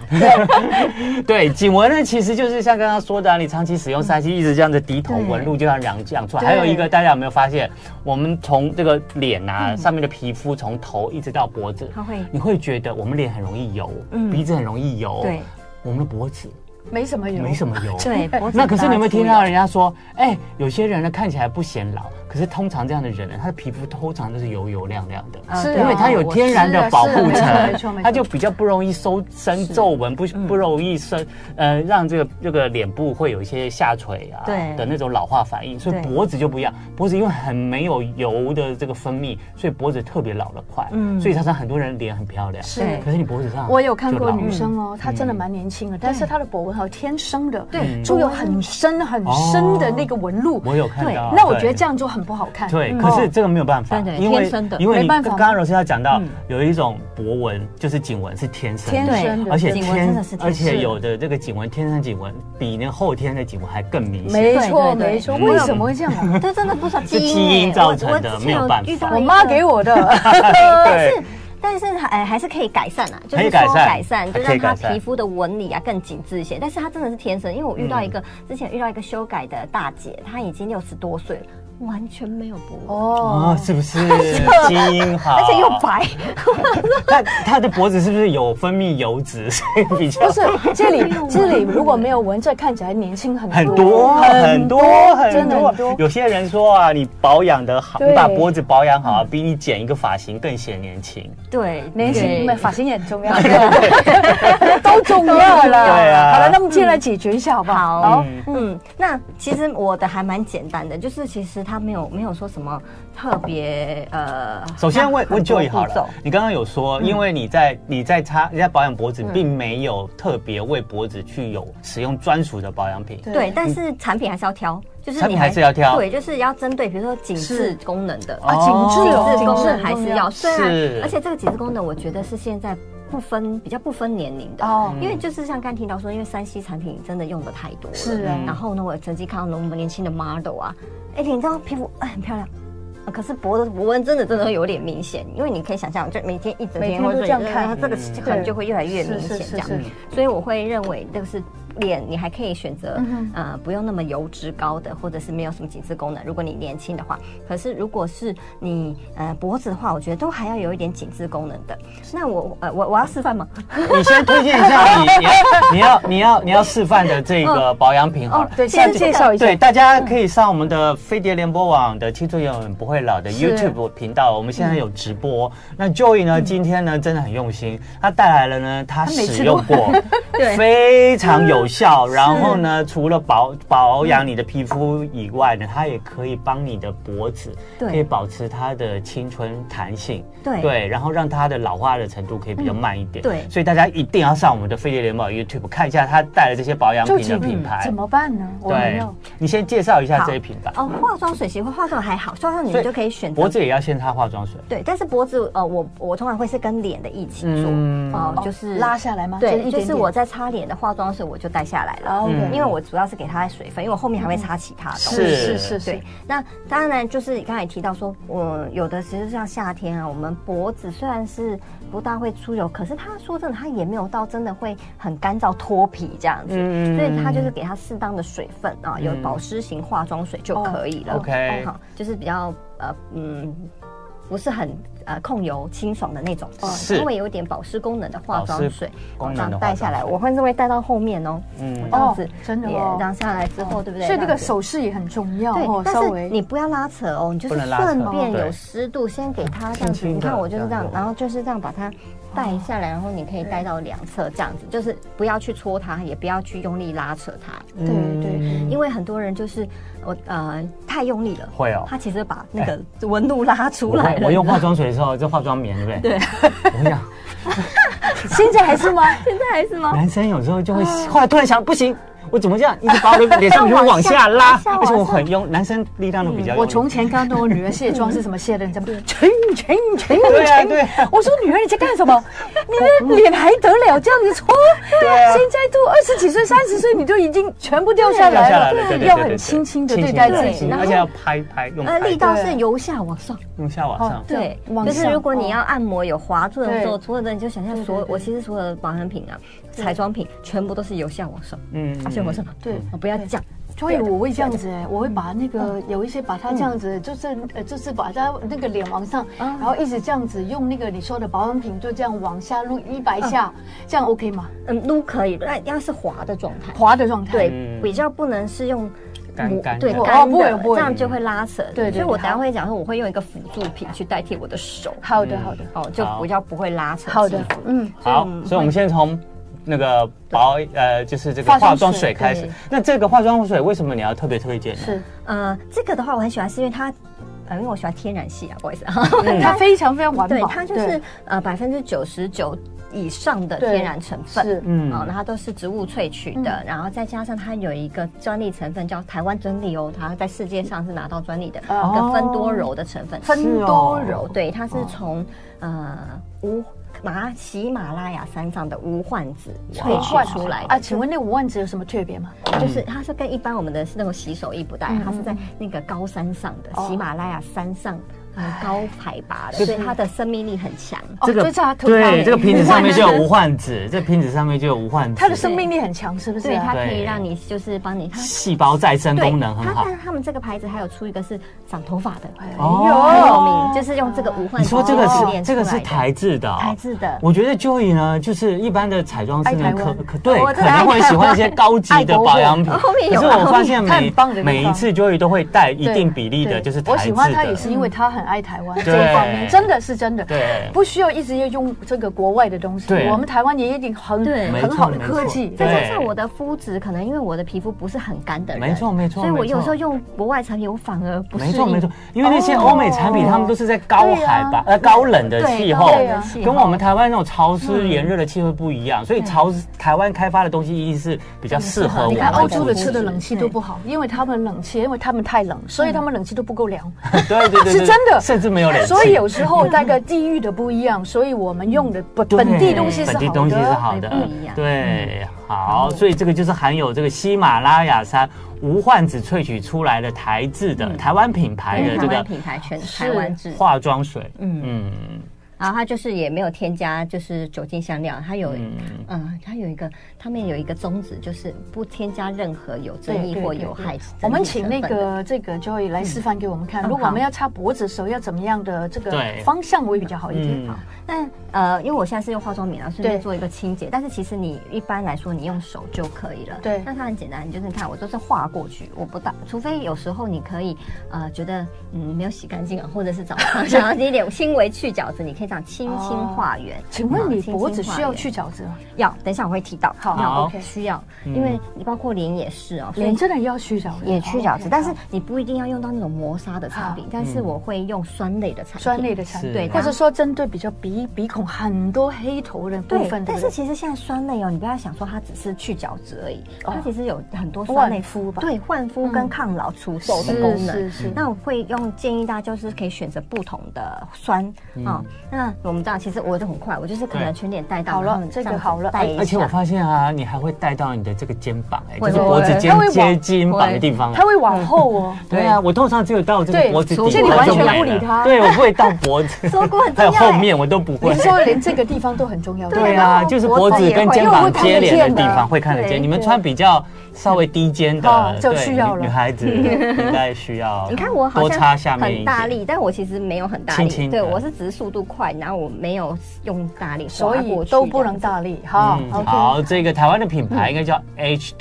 对颈纹呢，其实就是像刚刚说的、啊，你长期使用三 C，一直这样子低头纹路就像养养出来。
对
还有一个，大家有没有发现，我们从这个脸啊、上面的皮肤，从头一直到脖子，
它会
你会觉得我们脸很容易油，
嗯
鼻子很容易油，
对，
我们的脖子
没什么油，
没什么油，
对，脖子
那可是你有没有听到
啊
大
人家说，哎、有些人呢看起来不显老，可是通常这样的人呢，他的皮肤通常都是油油亮亮的。
啊
是啊，
对
因为它有
我
天然
是啊
的保护
是啊没错
层
没错，
它就比较不容易收深皱纹，不不容易深呃，让这个这个脸部会有一些下垂啊
对
的那种老化反应。所以
对
脖子就不一样，脖子因为很没有油的这个分泌，所以脖子特别老得快。
嗯
所以常常很多人脸很漂亮，
是
对嗯
可是你脖子上
我有看
就
过
老
女
了
生哦，她真的蛮年轻的，但是她的脖纹好天生的，
对
就有很深很深的那个纹路。
我有看
对
到。
那我觉得
对
这样就很不好
哎
看。
哦对，
嗯
可是这个没有办法，
对对
因为
天生的
因为
没
你
办
刚
法
刚刚柔师要讲到有一种博纹，就是颈纹是天生
天
的。
生
对
的，
而且
对
颈纹真的
天
是，天
而且
生
有的这个颈纹，天生颈纹比那后天的颈纹还更明显。
没错
对对对
没错，
嗯
为什么会这样啊？
这真的不是
是
基因
基因
欸
造
我
成
我
的
之前
没有办
遇
法
到
我
一
妈
个
给 我的，
但
对
是，但是还还是可以改善啊，就
可以
是说
改善
改善，就
可以
让
改
她
善
皮肤的纹理啊更紧致一些。但是她真的是天生，因为我遇到
嗯
一个、之前遇到一个修改的大姐，她已经六十多岁了，完全没有脖纹，
哦
哦，，
是不是基因好？
而且又白，
他他的脖子是不是有分泌油脂， 所以比较
不是这里 这里如果没有纹，这看起来年轻很
很多很多
真
很
的
多
很多。
有些人说啊，你保养的好，
对
你把脖子保养好啊，比你剪一个发型更显年轻。
对，
年
对
轻，因为发型也很重要， 都重要了。
对啊
好了，那么进来解决一下好不好？
好
嗯，
嗯，那其实我的还蛮简单的，就是其实它没有没有说什么特别呃。
首先问问 Joy 好了
很多步骤，
你刚刚有说，因为你在你在擦你在保养脖子，并没有特别为脖子去有使用专属的保养品。
对
对，但是产品还是要挑，就
嗯
是
产品还是要挑
对，就是要针对比如说紧
是
致功能的，
啊，
哦
紧致哦
紧致功
紧
能
很
还
重
是要，虽然
是
而且这个紧致功能，我觉得是现在不分比较不分年龄的，
哦
因为就是像刚才提到说，因为三 C 产品真的用的太多了，
是啊
然后呢，我也曾经看到我们年轻的 model 啊，哎，你知道皮肤哎很漂亮。啊可是脖子脖纹真的真的有点明显，因为你可以想象，就每天一整
每
天
天都
者
这样看
它这个
嗯
可能就会越来越明显
是是
这样
是。是
所以我会认为这个是脸，你还可以选择、
嗯哼
呃不用那么油脂高的，或者是没有什么紧致功能。如果你年轻的话，可是如果是你呃脖子的话，我觉得都还要有一点紧致功能的。那我呃我我要示范吗？
你先推荐一下你你要你要你要示范的这个保养品好了。
对，先介绍一下
对，。大家可以上我们的飞碟联播网的《青春永远不会老》的
是嗯
YouTube 频道，我们现在有直播。那 Joy 呢，今天呢真的很用心，他带来了呢他
每次
使
都嗯
用过
对，
非常有效。然后呢，除了保保养你的皮肤以外呢，它也可以帮你的脖子，
对
可以保持它的青春弹性，
对
对，然后让它的老化的程度可以比较
嗯
慢一点。
对
所以大家一定要上我们的飞碟联播网 YouTube 看一下他带来这些保养
究
品的
竟
品牌
怎。么办呢？我没
对
有，
你先介绍一下
好
这一瓶吧。
哦，化妆水洗会化妆还好，化妆你
所
们
以
就可以选择
脖子也要先擦化妆水，
对，但是脖子呃，我我通常会是跟脸的一起做，
嗯
哦、
哦
就是
拉下来吗就一
对，
点
就
点
是我在擦脸的化妆水我就带下来了，
哦，OK 嗯
因为我主要是给它水分，因为我后面还会擦其他的东西。
嗯是
是是是
对，，那当然就是刚才也提到说，我有的其实像夏天啊，我们脖子虽然是不大会出油，可是它说真的，它也没有到真的会很干燥脱皮这样子，
嗯
所以它就是给它适当的水分啊，有保湿型化妆水就可以了。
哦
，OK
好，就是比较呃嗯。不是很呃控油清爽的那种，
是
稍微有点保湿功能的
保
化
湿
妆水，
功
这
能的
样
话
带下来，我会是会带到后面哦，
嗯
这样子
哦真的哦哦
也这样下来之后，对不对？
所以这
这
个
样子
手势也很重要
对
哦，，
但
稍
是
微
你不要拉扯哦，你就是
不能拉扯
顺便
对
有湿度，先给它这
轻
样子。
轻地
你看我就是这
这样
样
揉，
然后就是这样把它带下来，然后你可以带到两侧这样
哦
子，就是不要去搓它，也不要去用力拉扯它，
对
嗯
对 对
因为很多人就是我呃太用力了，
会哦。
它其实把那个纹路拉出
我
来
会
了。
我用化妆水的时候，这化妆棉对不对？对，我跟你讲，
现在还是 吗？
现在还是吗？
男生有时候就会，后来突然想，不行，我怎么这样，一直把我的脸上皮肤往下拉
往，下往下
而且我很用，男生力量都比较用力。
嗯我从前看到我女儿卸妆是什么卸的，你知道吗？沉沉沉
对啊对
沉
啊。
我说女儿你在干什 么？你的脸还得了？这样子搓？对
啊
现在都二十几岁、三十岁，你都已经全部掉下来了，
对对对
要
对对
很
对
轻轻的
轻
对待
地
自
对
己
轻。
然后
而且要拍拍用
呃，
拍
力道
哎对啊
是由下往上。
用下往上
哦。
对
往，
就是
上
如果
哦
你要按摩有滑顺的时
对
候，所有的你就想
对
象所有
对，对
我其实所有的保养品啊、彩妆品全部都是由下往上，
嗯
啊，下往上，
对
啊不要这样，
所以我会这样子哎，我会把那
嗯
个有一些把它这样子，就是呃，就是把它那个脸往上，
啊
嗯
然后一直这样子用那个你说的保养品，就这样往下撸一百
啊
下，这样 OK 吗？
嗯，撸可以，但要是滑的状态，
滑的状态。
对
嗯，
比较不能是用
干
磨
干
对
的
哦
干
不会
的，
不会
这样就会拉扯。
对对
所以我
对
等下会讲说，我会用一个辅助品去代替我的手，
好的好的
哦，就
好
比较不会拉扯。
好的，嗯，
好，所以我们先从那个保呃，就是这个
化妆
化妆
水
水开始
对。
那这个化妆水为什么你要特别推荐呢？
是
呃，这个的话我很喜欢，是因为它，呃，因为我喜欢天然系啊，不好意思啊。
它非常非常环保，
对，它就是
对
呃百分之九十九以上的
对
天然成分。
是嗯
嗯
哦，那它都是植物萃取的，然后再加上它有一个专利成分叫台湾专利哦，它在世界上是拿到专利的，
哦
跟芬多柔的成分。
分
是哦
多
柔
柔，哦
对，它是从、呃无马喜马拉雅山上的无患子萃取出来的
啊？请问那五万子有什么特别吗？
就是
嗯
它是跟一般我们的那种洗手液不带，它是在那个高山上的、
哦
喜马拉雅山上。很高海拔的，所以它的生命力很强。
哦，就是它头发
对，这个瓶子上面就有
五
无患子，这瓶子上面就有无患子，
它的生命力很强，是不是
对，它
啊？
可以
对
让你就是帮你它
细胞再生
对
功能很
它
好。
但他们这个牌子还有出一个是长头发的，
哎
哦
很有名，就是用这个无患
你
子
说这个
提
是
哦
炼
这个
出
是
来的
台制的哦，
台制的
我觉得 Joy 呢，就是一般的彩妆师呢
爱，台
可
湾哦
可对，
我
可
真的爱
能会喜欢一些高级
爱
的
国
保养 品。
货后面
可
有
是
啊
我发现
它很
每
棒的地方
每一次 Joy 都会带一
对
定比例的，
对
就是
我
台
喜
制
欢它也
的。嗯
是因为它很爱台湾
对
这一方面，真的是真的，
对
不需要一直要用这个国外的东西，
对
我们台湾也有一点很
对
很好的
没错
科
没
技
错，
再
对
加上我的肤质，可能因为我的皮肤不是很干的人，
没错没错
所以我
没错
有时候用国外产品，我反而不适应。
没错没错，因为那些欧美产品，
哦
他们都是在高海拔、
对
呃高冷的
对
气
高
候
冷的气，候
跟我们台湾那种潮
嗯
湿炎热的气候不一样，所以潮湿台湾开发的东西一定是比较适合我
对
嗯你
们
看
我
的
欧洲
肤
的
质。
吃的冷气都不好，因为他们冷气，因为他们太冷，所以他们冷气都不够凉。
对对对，
是
对
真的
甚至嗯没有冷气。
所以有时候那个地域的不一样，所以我们用的本
对
本地东西是
本地
好
东西是
的。
好的，
对不一样
对，好，
嗯
所以这个就是含有这个喜马拉雅山无患子萃取出来的台制的
嗯
台湾品牌
因为
的
台
这
湾
个
品牌全台湾制，
化妆水，
嗯，
嗯，
然后它就是也没有添加就是酒精香料，它有
嗯
嗯，它有一个他们有一个宗旨，就是不添加任何有
对
争议
对
或
对
有
对
害。
我们请那个这个 Joy 来示范给我们看，
嗯
如果我们
好
要擦脖子的时候要怎么样的这个
对
方向会比较好一点
嗯？
好
那呃，因为我现在是用化妆棉啊，顺
对
便做一个清洁。但是其实你一般来说，你用手就可以了。
对
那它很简单，你就是你看，我都是画过去，我不打，除非有时候你可以呃觉得嗯没有洗干净啊，或者是早上想要一点轻微去角质，你可以这样轻轻画 圆。
请问你
啊轻轻
脖子需要
画圆
去角质吗？
要？等一下我会提到，
好
要
OK
需要，因为你包括脸也是哦，所以
脸真的要去角质，
也去角质
哦，
但是你不一定要用到那种磨砂的产品
好，
但是我会用酸类的产品，
酸类的产品，
是
对，
或者说针嗯对比较鼻鼻孔很多黑头的部
对
分，，
但
对不
是
对
其实现在酸类哦，你不要想说它只是去角质而已，
哦
它其实有很多酸类
焕肤吧
对，焕肤
嗯
跟抗老除皱的
是
功能。
是是
那我会用建议大家就是可以选择不同的酸
嗯
啊、哦那我们知道，其实我就很快，我就是可能
对
全脸带到，
好了
然后
这个
样子
好了
带一
而且我
下。
发现啊，你还会带到你的这个肩膀，哎，就
会
是脖子
会
尖
它会往
接肩膀的地方，哎
它会往后哦。
嗯
对啊，我通常只有到这个
对
脖子
除
底，
非你
我
完
就
全
没
不理
了
它
对我不会到脖子，
说过很
还
重
有
要
后
哎
面我都不会
你。说连这个地方都很重要，
对
然
啊，
后
就是
脖
脖
子
子
也
跟
会
肩
因为
膀
会看得
接连
见
的地
的
方会看得
对
见。你们
对
穿比较稍微低肩的，
哦就
对
需要
女
了
女孩 子应该需要。
你看我好
多擦下
像
面一
很大
点
力，但我其实没有很大力，
轻轻
对
嗯
我是只是速度快，然后我没有用大力
所
刷
以
过去，
都不能。大力
哦
哈
嗯。
OK，
好，这个台湾的品牌应该叫 H Door，对
嗯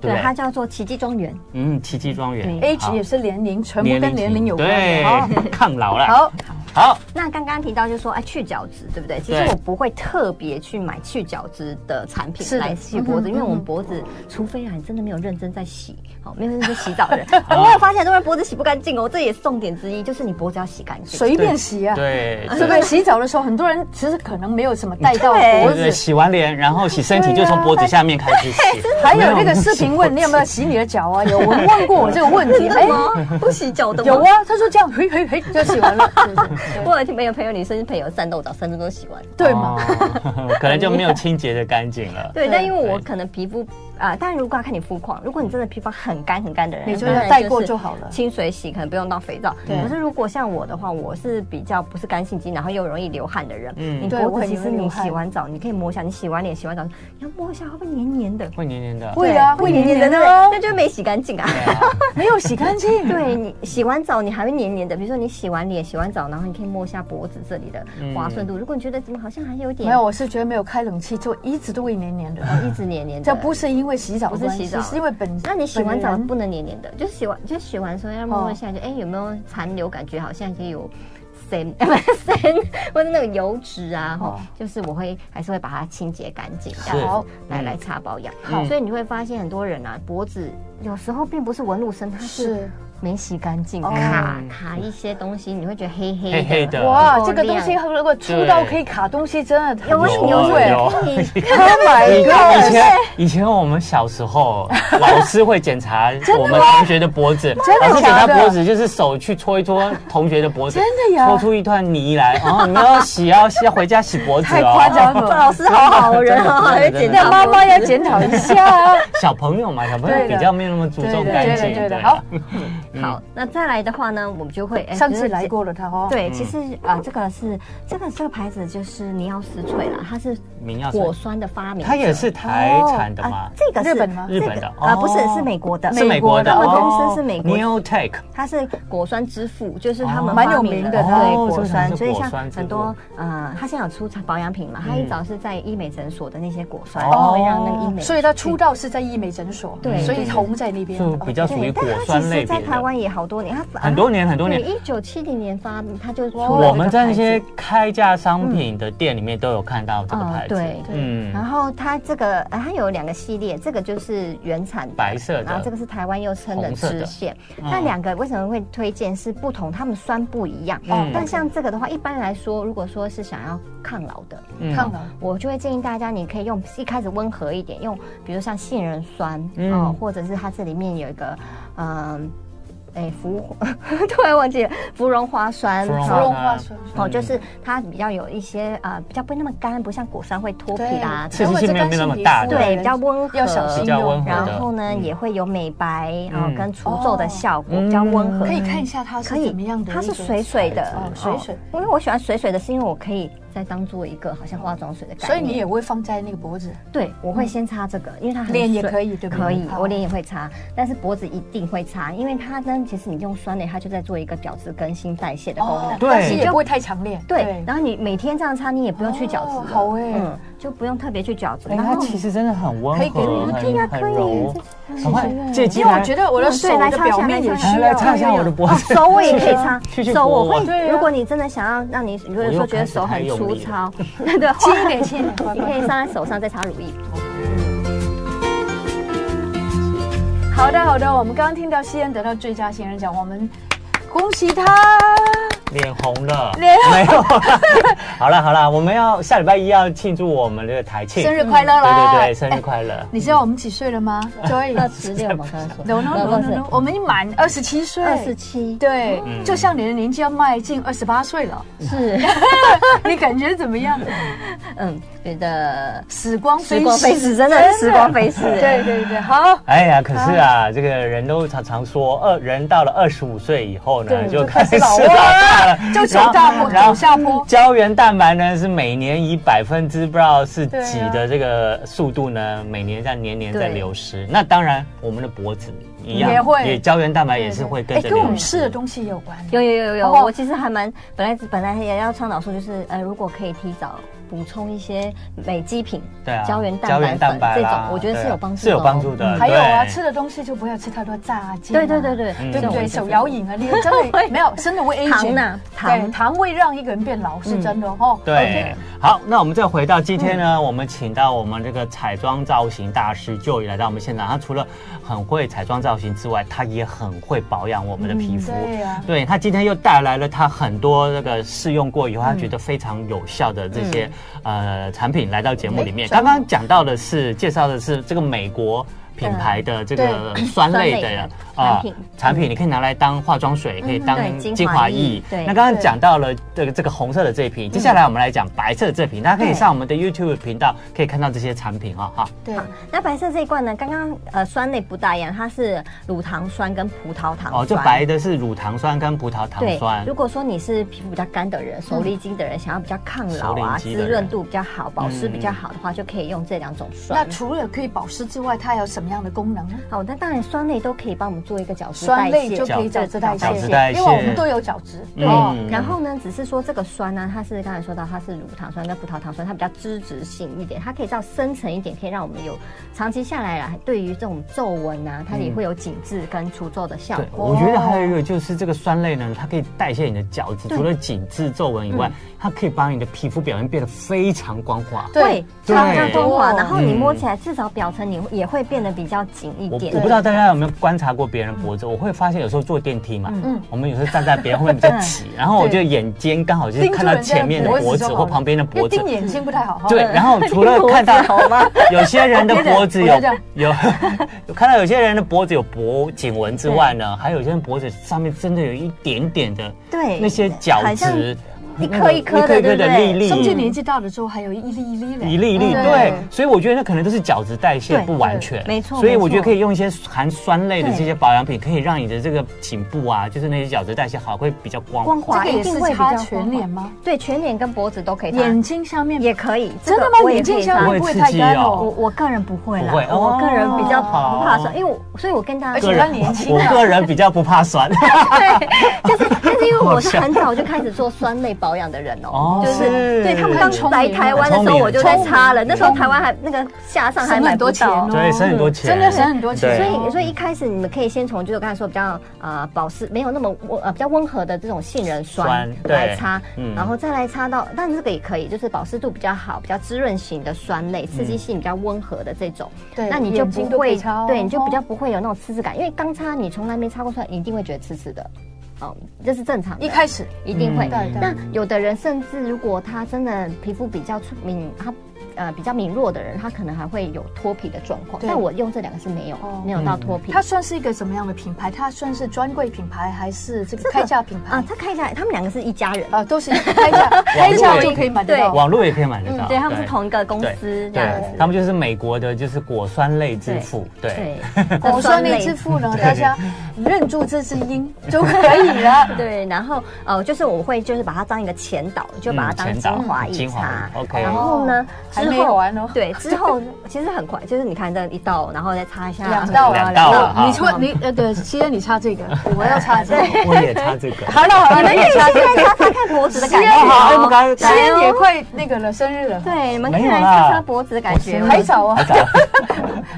对，
不
它
对？
叫做奇迹庄园。
嗯，奇迹庄园
对
H 也是年龄，全部跟年龄有关的哈。
对， 抗老了。
好，
好，
那刚刚提到就是说，哎，去角质，对不对？其实
对
我不会特别去买去角质的产品
是的
来洗脖子，
嗯哼
因为我们脖子，除非啊，你真的没有认真在洗，好，没有认真洗澡的 人，哦我有发现很多人脖子洗不干净哦，这也是重点之一，就是你脖子要洗干净。
随便洗啊，
对，
是不是？洗澡的时候，很多人其实可能没有什么带到
对
脖
对对，
子。
洗完脸，然后洗身体，
对
就
啊
从脖子下面开始洗。
还有
没
哎那个视
哦
频问你有没有洗你的脚啊？有，我 问过我这个问题。哎，
哦，不洗脚的吗
有。啊，他说这样，嘿嘿嘿，就 洗完了，
哦
是不是
我有听没有朋友，女生朋友三豆澡三分钟洗完。
对吗？
哦 可能就没有清洁的干净了。
对，
对
但因为我
对
可能皮肤啊、当然如果要看你肤况，如果你真的皮肤很干很干的人，
你就
当
要
然
带过
是
就好了
清水洗可能不用到肥皂。
对
可是如果像我的话，我是比较不是干性肌，然后又容易流汗的人。
嗯
嗯，你
对我
脖子
很
其
容
实
易流
你
汗
洗完澡，你可以摸一下，你洗完脸洗完澡，你要摸一下会不会黏黏的？
会黏黏的。
会啊，
对
会黏黏的
对
哦，
那就没洗干 净啊。
对啊
没有洗干净。
对你洗完澡，你还会黏黏的。比如说你洗完脸、洗完澡，然后你可以摸一下脖子这里的滑顺度。如果你觉得怎么好像还有一点
嗯没有，我是觉得没有开冷气就一直都会黏黏的。
一直黏黏的，
这不是因为洗澡的
哦不是
关系，
洗澡
是因为本
那你洗完澡
本人哦
不能黏黏的，就洗完就洗完说要摸一下，就哎、有没有残留？感觉好像也有 森森或者那种油脂啊，吼
哦
就是我会还是会把它清洁干净，
是
然后
嗯
来来擦保养。
嗯
好
所以你会发现很多人啊，脖子有时候并不是纹路深，它是
是
没洗干净，
哦
卡卡一些东西，你会觉得黑黑的。
黑黑的
哇，
够
这个东
亮
西如果粗到可以卡东西，真的
啊
很
有
酷
问
有
题，
啊
哎
有
！Oh
啊
my
以
god！
前以前我们小时候，老师会检 查我们同学的脖子，
真的
老师检查
假的
脖子就是手去搓一搓同学的脖子，
真的呀
搓出一团泥来，然后你要洗，要洗，要回家洗脖子
太
哦。
夸张 了
老，师好好人哦，还会检查
那妈妈
脖
要
子
检讨一下啊。
小朋友嘛，小朋友
对的
比较没有那么注
对
重
的，
干
对
净。
的，
对
对的。好，，
好，那再来的话呢，我们就会哎
嗯 上
就是
次来过了他哦。
对，
嗯
其实啊、呃这个是这个这个牌子就是尼奥丝萃啦，它是
明耀
果酸的发明者，
它也是台产的
啊
嘛，
这个是
日本吗哦
这个
日本的
啊，不是
哦
是美国的，
是美国的
他们公司是美国的。
Neotech，
它是果酸之父，就是他
哦
们
蛮
发
有
明
名的它
对
哦
果
这
酸，
个
所以
果
像
酸之嗯
很多呃，它现在有出保养品嘛，它一早是在医美诊所的那些果酸，
哦
会让那个医美去，
所以他出道是在医美诊所，
对
所以红在那边。哦
就比较
对
属于果
哎但它
酸
其
类
实在
别
台
的。
湾也好多年，它啊
很多年很多年
一九七零年发明，它就出了
我们
这个
在那
牌子
些开价商品的店里面都有看到这个
嗯
牌子。
对啊然
嗯，
后它这个呃它有两个系列，这个就是原产的
白色的
啊然后这个是台湾又称的
红色的
支线。
嗯
那两个为什么会推荐是不同，它们酸不一样。哦
嗯
但像这个的话，一般来说，如果说是想要抗老的，
嗯
看了，
我就会建议大家，你可以用一开始温和一点，用比如像杏仁酸哦、
嗯
或者是它这里面有一个嗯。哎，芙 突然忘记了芙蓉花酸，
芙蓉
芙
花
蓉花
酸
酸
哦，就是它比较有一些呃，比较不会那么干，不像果酸会脱皮啦，
刺激性没有那么大的
对，比较温和，
要小心
比较温
哦
和。
然
的
后呢，
嗯
也会有美白，然后
嗯
跟除皱的效果，比较温和。
可以看一下它是
可以
怎么样的一
它
种材质？
是水水的，
哦
哦，
水水。
嗯
因为我喜欢水水的，是因为我可以再当做一个好像化妆水的感觉。
所以你也会放在那个脖子，
对，我会先擦这个，因为它很
脸也
水
可以对不对
可以，
好
我脸也会擦，但是脖子一定会擦，因为它呢，其实你用酸的，它就在做一个角质更新代谢的功能。
对
但是也不会太强烈。
对，然后你每天这样擦，你也不用去角质了，
哦好欸
嗯，就不用特别去角质。
哎，
然
它
后
其实真的很温
可以给
和，
你
对呀
很
可
很
以啊
柔，赶快借机
因为我
来
觉得我的
嗯对
手
来
的
擦一
表
下
面
来
也
擦一
需
下
来来
要。
啊
擦一下我的脖
哦，
子。
手我也可以擦
去去，
手我
国外
对
会。
啊
如果你真的想要让你，如果说觉得手很粗糙， 对对，
轻一点，轻一点，乖
你
乖
可以擦在手上再擦乳液。
好的，好的，我们刚刚听到西恩得到最佳新人奖，我们恭喜他。
脸红了，
脸红
没有 啦。好了好了，我们要下礼拜一要庆祝我们这个台庆
生日快乐啦！
嗯对对对，生日快乐！
你知道我们几岁了吗 ？Joy
二十六嘛，刚才说。
no no no no, no，我们满二十七岁，
二十七，
对，
嗯
就像你的年纪要迈进二十八岁了，
是，
你感觉怎么 样？
嗯，觉得
时光飞
时光飞
逝，
逝，真的是时光飞逝。
对对对，好，
哎呀，可是呃啊，这个人都常常说，二人到了二十五岁以后呢，
对
就
就
开
开
始
始
老
老
化大了，
就走大坡，
然后
走下
嗯
坡。
胶原蛋白呢是每年以百分之不知道是几
对啊
的这个速度呢，每年在年年在
对
流失。那当然，我们的脖子一样
也会
胶原蛋白也是会跟
哎
着
哎跟我
流
们
失。
吃的东西有关。
有有有有有，
然后
我其实还蛮本来本来也要倡导说，就是呃，如果可以提早补充一些美肌品，
对啊
胶原蛋白粉这种
啦，
我觉得是
对啊
有帮助的哦
是有帮助
嗯
的。
还有啊，
对
吃的东西就不要吃太多炸鸡。
对对对。对，
嗯
对
这
不
种
对？
我觉
手
得
摇饮啊，你真 的没有，真的会 a
糖呐
对，
糖嗯
糖会让一个人变老，是真的哦。
对，好，那我们再回到今天呢，我们请到我们这个彩妆造型大师 Joy 来到我们现场。他除了很会彩妆造型之外，他也很会保养我们的皮肤。
嗯
对呀，
对他今天又带来了他很多那个试用过以后，他觉得非常有效的这些、
嗯
呃产品来到节目里面。刚刚讲到的是介绍的是这个美国。品牌的这个
对
酸类的
酸类的
啊
产品
产品，你可以拿来当化妆水，也可以当
对精华
精华
液
液。
对
那刚刚讲到了这个这个红色的这一瓶，接下来我们来讲白色的这瓶，大家可以
对
上我们的 YouTube 频道可以看到这些产品啊哈。
对，
那白色这一罐呢，刚刚呃酸类不大一样，它是乳糖酸跟葡萄糖酸。
哦，这白的是乳糖酸跟葡萄糖
对
酸，嗯
如果说你是皮肤比较干的人，手离肌的人，想要比较抗
熟
老
龄
啊，
肌
滋
的人
润度比较好，保湿比较好的话，就可以用这两种
那
酸。
嗯
除了可以保湿之外，它有什么样的功能呢？
好，那当然酸类都可以帮我们做一个角质代
酸类
谢
就。可以角质代谢，
角质代谢
因为我们都有角质。
嗯
哦，
然后呢，只是说这个酸啊呢，它是刚才说到它是乳糖酸跟葡萄糖酸，它比较脂质性一点，它可以到深层一点，可以让我们有长期下来啊，对于这种皱纹啊，它也
嗯
会有紧致跟除皱的效
对，
果。
我觉得还有一个就是这个酸类呢，它可以代谢你的角质，
对
除了紧致皱纹以外，它可以把你的皮肤表面变得非常光滑。
对
对，
对
它它光滑，
哦
然后你摸起来至少表层你也会变得比较紧一
我我
点。
不知道大家有没有观察过别人脖子，我会发现有时候坐电梯嘛，
嗯
我们有时候站在别人后面比较挤，然后我就眼尖刚好就是看到前面的脖子或旁边的
因为
脖子
盯，眼睛
嗯
不太好哈。
对，然后除了看到 有些人的脖子有
我就这样
有有 看到有些人的脖子有脖颈纹之外呢，还有些人脖子上面真的有一点点的
对，
那些角
好像
质，
一
那
颗
个
一颗的
一颗
对
的
不对
粒粒，
甚至年纪大了之后，还有一粒一粒嘞。
一粒一粒，
嗯
对，所以我觉得那可能都是角质代谢
对
不完全，
对没错
所以我
没错
觉得可以用一些含酸类的
对
这些保养品，可以让你的这个颈部啊，就是那些角质代谢好，会比较光
光
这
滑
个
一
也
定
是
会比
擦
较光
全
滑
脸吗？
对，全脸跟脖子都可以擦，
眼睛下面
也可以。
真的
这个
吗？
我也
眼
可
睛
以
下
擦
面不会太干
我
哦。
我个人不会啦，
不会哦
我个人比较不
好
怕酸，因为我所以，我跟大家
而且他年轻
我
啊
个人比较不怕 酸，
对，就是但是因为我是很早就开始做酸类保养的人
哦
哦，就是
是
对他们
很
刚
聪明
来台湾的时候我就在擦了，
很聪明
那时候台湾还那个下上还
省
买
很
不
多钱
到
哦，。
对，省很多钱，
真的省很多钱。
对
所以，所以一开始你们可以先从就是我刚才说比较呃保湿没有那么温呃比较温和的这种杏仁酸
酸对
来擦，
嗯
然后再来擦到，但这个也可以，就是保湿度比较好、比较滋润型的酸类，刺激性比较温和的这种，
对
那你就
眼睛
不
都可以
会
擦哦
对，你就比较不会有那种刺刺感，因为刚擦你从来没擦过酸，你一定会觉得刺刺的，哦，这是正常的。
一开始
一定会。
嗯对对
那有的人甚至如果他真的皮肤比较出敏，他呃比较敏弱的人，他可能还会有脱皮的状况。
对
但我用这两个是没有
哦，
没有到脱皮。
它算是一个什么样的品牌？它算是专柜品牌还是这个
这个
开价品
啊
牌，？
他看一下，他们两个是一家人。
啊，都是开 价，开价就可以买得到。
网络也可以买得到，
嗯，对，他们是同一个公司这样
对
子，。
他们就是美国的，就是果酸类之父，对，
对，
我说那支付呢，大家认住这只鹰就可以了。
对，然后呃，就是我会就是把它当一个前导，就把它当
前
嗯精
导
华一
精华
擦。
液，OK
然后呢，
还没有完哦
对，之后其实很快，就是你看这一道，然后再擦一下
两 道啊，
两道啊
你说你呃，对，今天你擦这个，我要擦 这个。
我也擦这 个。哎
好了好了，
你们可以现在擦擦看脖子的 感
啊
觉哦。
好，我们刚
西安也快那个了，生日了。
对，你们可
没
以
有
来
啦
擦擦脖子的感觉。
还早啊！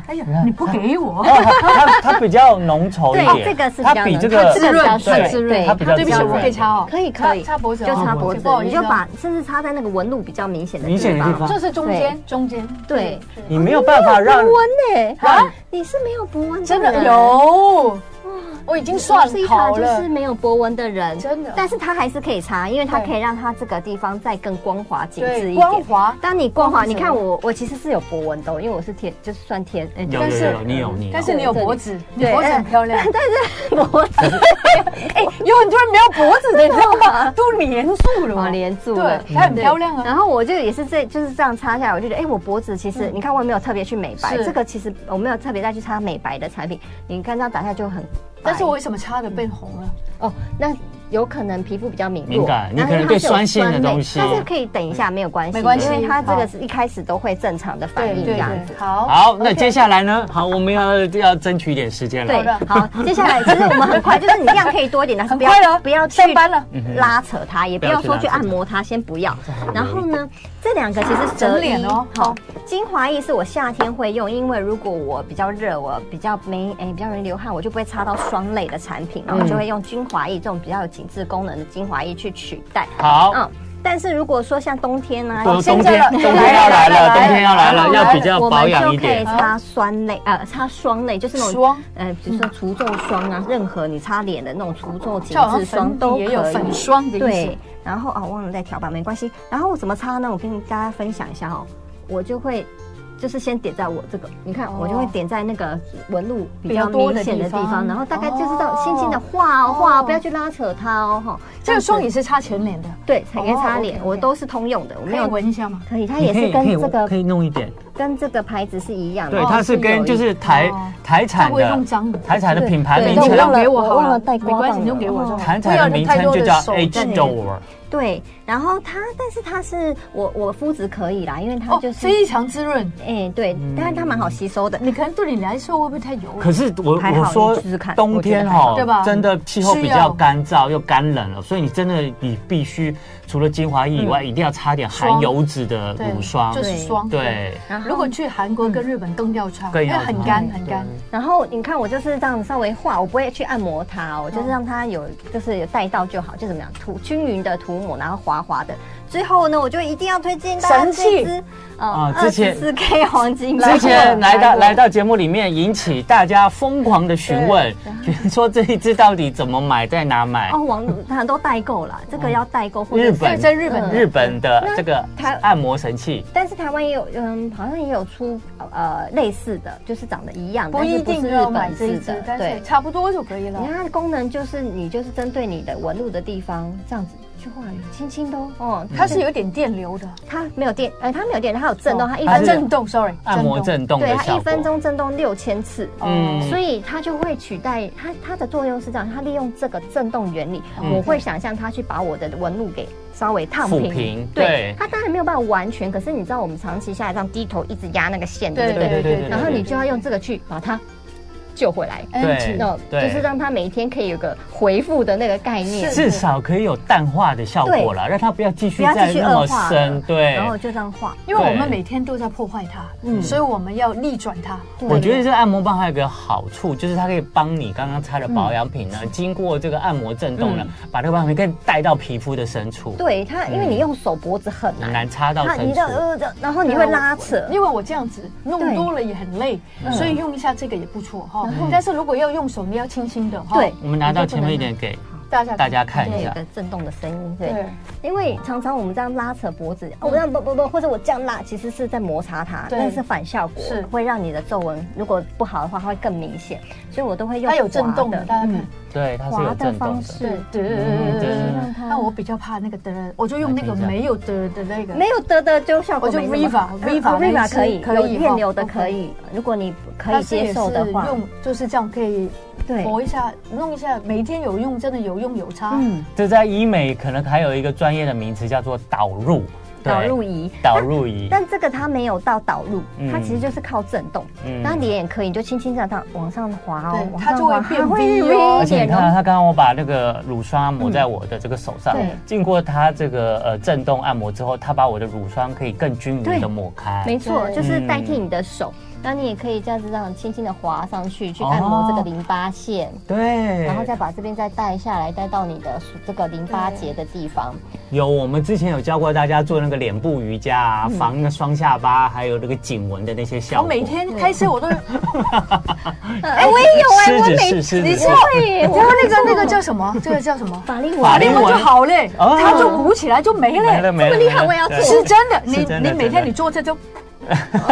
哎呀，你不给我，
它它比较浓稠一
对，
点，
这个是比
它
较
比
浓
这
它
个
这个比较
它
顺
滋润
对
它比较
对不起，
滋润
我可以擦哦，
可以可以
擦擦脖子哦，
就擦脖子
不好，意
你
思哦
就把甚至擦在那个纹路比较明显的
明显的地方
就是中间中间，
对
你没有办法让
博纹呢？
啊
啊，你是没有博纹
真
人
的。有，我已经算
是一查
好
就
了
是。没有博纹的人，
真的
但是它还是可以擦，因为它可以让它这个地方再更光滑紧致
对，
一
光
点。
滑，
当你光滑，
光滑
你
什么
看我，我其实是有博纹的哦，因为我是天，就是算天，哎
有
但
有
是
有有，你有你有，
但是你有脖子，你
对
脖子很漂亮。
脖子
哎，有很多人没有脖子的，你知道吗？都连住了，
哦连住了
对，它很
对
漂亮啊。
然后我就也是这就是这样擦下来，我就觉得，哎、我脖子其
嗯
实、你看我也没有特别去美白，
是
这个其实我没有特别再去擦美白的产品，你看这样打下就很白。
哎但是我为什么擦的变红了？
哦，那有可能皮肤比较敏弱，
敏感你
然后
可能
因为它
对
是有
酸性的
酸类
东西
但是可以等一下，没有关系，
没关系
因为它这
好
个是一开始都会正常的反
对
应
对
这样
对
子，。
好，
好，那接下来呢？好，我们要要争取一点时间了。
对
好，的
好，接下来其实我们很快，就是你量可以多一点，但是
很
不要
快了
不要去
上班了
拉扯它，也
不要
不要
去
说
拉
去
扯
按
它
摩它，先不要
好。
然后呢，这两个其实
整
折
脸
衣
哦好
好，精华液是我夏天会用，因为如果我比较热，我比较没哎比较容易流汗，我就不会擦到霜类的产品，然后就会用精华液这种比较有紧致功能的精华液去取代。
好，
嗯，但是如果说像冬天呢、啊，
冬冬
现在
天
了
冬天要来了，冬天要来
然
了，
后
要
呢
比较
我
保
们
养一
就可以
点。
擦酸类，呃，擦霜类，就是那种
霜
呃，比如说除皱霜啊，任何你擦脸的那种除皱紧
像好像
致霜
粉
都
底
可
也有粉
以。
霜的意思
对，，然后啊，忘了再调吧，没关系。然后我怎么擦呢？我跟大家分享一下哦，我就会。就是先点在我这个，你看
哦
我就会点在那个纹路比
比较
较
多的
明显的
地
地
方
方，然后大概就是这
哦
样轻轻的画哦画
哦
哦，不要去拉扯它哦哈。
这个霜也
也
是擦全脸的，
对，才可以
哦
擦
，OK，
脸，
OK
我都是通用的，我
可
没
以
有
闻一下吗？
可以，它
你
也
可
是
以可
跟
以
这个
可以弄一点，
跟这个牌子是一样的，
对，
哦
它是跟
有
就是台
哦
台
它
产
不会弄
的
脏的。
台产的品牌
对
名
那
你
我
用
称，
忘了
给我好了，
我
哦
忘了带
没关系，
刮棒
你用给我就好。
台
不
产
要
的哎
有
名
太
称
多
就
的
叫
手
H
在里面
Door，
对，然后它，但是它是我我肤质可以啦，因为它
哦
就，是，哎、
非常滋润。
对，
嗯
但是它蛮好吸收的。
你可能对你来说会不会太油了？
可是我
还好
我说
你试试看
冬
我觉得
天
还好
哈
对吧，
真的气候比
需要
较干燥又干冷了，所以你真的你必须除了精华液以外，
嗯
一定要擦点含
霜
油脂的
对
乳霜
就。是霜。
对，
然后
如果去韩国跟日本更要穿，
更
因为
要
很
擦
干很干。
然后你看我就是这样稍微画，我不会去按摩它，我就是让它有就是有带到就好，就怎么样涂均匀的涂抹，然后滑滑的。最后呢，我就一定要推荐大家
神器
这支
啊
呃
之
二
前
十四 K 黄金
之前来
来
到
过
来到节目里面，引起大家疯狂的询问，觉得说这一支到底怎么买，在哪买？
哦，网它都代购啦，这
哦
个要代购或者
日
是
因为
本
在日本
嗯
日本的这个
那它
按摩神器，
但是台湾也有，嗯，好像也有出呃类似的，就是长得一样，
不
但是
一定
是
要
日
买
本
这一
制
支
的，，
但
对
是。差不多就可以了
你。看它的功能就是你就是针对你的纹路的地方这样子去画匀，轻轻的哦哦。
嗯它是有点电流的，
它没有电，呃，它没有电，它有震动，
哦
它一
它是
分钟，
震动，sorry，
按摩
震
震动
对，
的
它
效
一分
果。
钟震动六千次。哦
动。嗯，
所以它就会取代它，它的作用是这样，它利用这个震动原理，
嗯
我会想象它去把我的纹路给稍微烫
抚
平。
平对
对，它当然没有办法完全，可是你知道我们长期下来这样低头一直压那个线，对
对
不对？
对对对。
然后你就要用这个去把它救回来，嗯
对
那
对
就是让它每一天可以有个回复的那个概念，
至少可以有淡化的效果了，让它不要继续
不要
再
继续
那么
恶化
深
了。。
对
然，后就这样画，
因为我们
对
每天都在破坏它，
嗯
所以我们要逆转它。
我觉得这按摩棒还有一个好处，就是它可以帮你刚刚擦的保养品呢，
嗯
经过这个按摩震动呢，把这个保养品可以带到皮肤的深处，
对它，因为你用手脖子很
很
难，
嗯难擦到
它
深
你
处
的。呃，这然后你会拉扯，
因为我这样子弄
对
多了也很累，
嗯
所以用一下这个也不错哈。但是如果要用手，你要轻轻的哈。
对
我们拿到前面一点给
大家
大家看
对，
一
有
下，
个震动的声音，对。
对，嗯
因为常常我们这样拉扯脖子，哦，我这样不不不，或者我这样拉，其实是在摩擦它，
对
但是反效果，
是
会让你的皱纹如果不好的话，它会更明显。所以我都会用
它有震
滑嗯
动的，大家看。
对，嗯它是有
滑的
震动
方
的。
式，嗯
对，那我比较怕那个的，我就用那个没有的的那个。
没有得的就效果
我就
没那么好
Viva，
嗯
Viva
哦
那一
Viva
支
可以，
可
有
以
电
哈
流的
OK
可以，如果你可
它
以
是也
接
是
受的话，
用就是这样可以
对，
搏一下，弄一下，每天有用，真的有用有差。
嗯，
这在医美可能还有一个专业的名词叫做导入，对
导入仪，
导入仪，
但这个它没有到导入，它
嗯
其实就是靠震动。
嗯
那脸也可以，你就轻轻这样它往上滑哦
对，
往
它
上
就会
滑
变
它
V 哦
微
而
一
且你
点
看
哦。
啊，他刚刚我把那个乳霜抹在我的这个手上
对，
经过他这个呃震动按摩之后，他把我的乳霜可以更均匀的抹开。
没错，
对
就是
嗯
代替你的手，那你也可以这样子这样轻轻的滑上去，去按摩这个淋巴线，
哦对
然，后再把这边再带下来，带到你的这个淋巴结的地方。
有我们之前有教过大家做那个脸部瑜伽啊，
嗯
防那个双下巴，还有那个颈纹的那些效
我
果。
每天开 车我都，
哎，我也有哎，
狮
我
子
每
是狮
你
子
是
是。
会耶，
然
我
后那个那个叫什么？这个叫什么？
法令纹，
法
另
令
外就好嘞，
哦
它就鼓起来就没
没了
嘞。
没了，
这么厉
没
害
了
我也要
对
做
是真的，你
是真的
你每
真
天
的
你坐这就，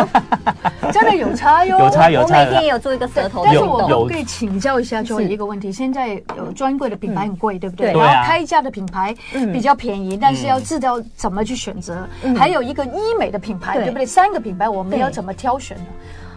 真的有差哟。
有差有
我
差
每
有
天
差
也有做一个舌头
但
运
是
有
我
动。
可不可以请教一下 j o 一个问题？现在有专柜的品牌很贵，对不对？
对嗯
然
对啊
后开价的品牌比较便宜，但是要知道怎么去选择。还有一个医美的品牌，
对
对不对？三个品牌我们
对
要怎么挑选呢？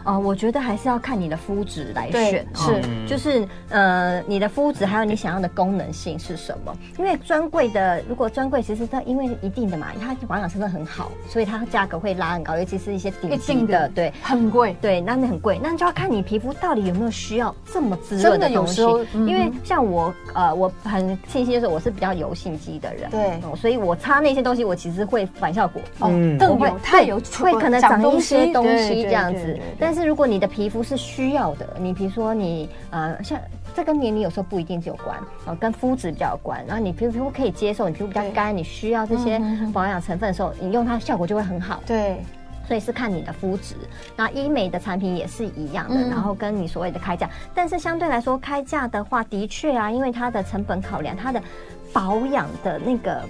呃，我觉得还是要看你的肤质来
对
选，啊
是
就是呃，你的肤质还有你想要的功能性是什么？因为专柜的，如果专柜其实它因为一定的嘛，它保养成分很好，所以它价格会拉很高，尤其是一些顶
一
级
定的
的，对。
很贵，
对，那那很贵，那就要看你皮肤到底有没有需要这么滋润
真的有
东西
时候嗯
因为像我，呃，我很庆幸就是我是比较油性肌的人，
对
嗯所以我擦那些东西，我其实会反效果。
哦
嗯，
更
我会
有太有
会可能长一些东
对
西这样
对对
子
对对。
但是如果你的皮肤是需要的，你比如说你呃像。这跟年龄有时候不一定是有关，呃，跟肤质比较有关。然后你皮肤皮肤可以接受，你皮肤比较
对
干，你需要这些保养成分的时候，你用它效果就会很好。
对
所以是看你的肤质。那医美的产品也是一样的，
嗯
然后跟你所谓的开价，但是相对来说，开价的话，的确啊，因为它的成本考量，它的保养的那个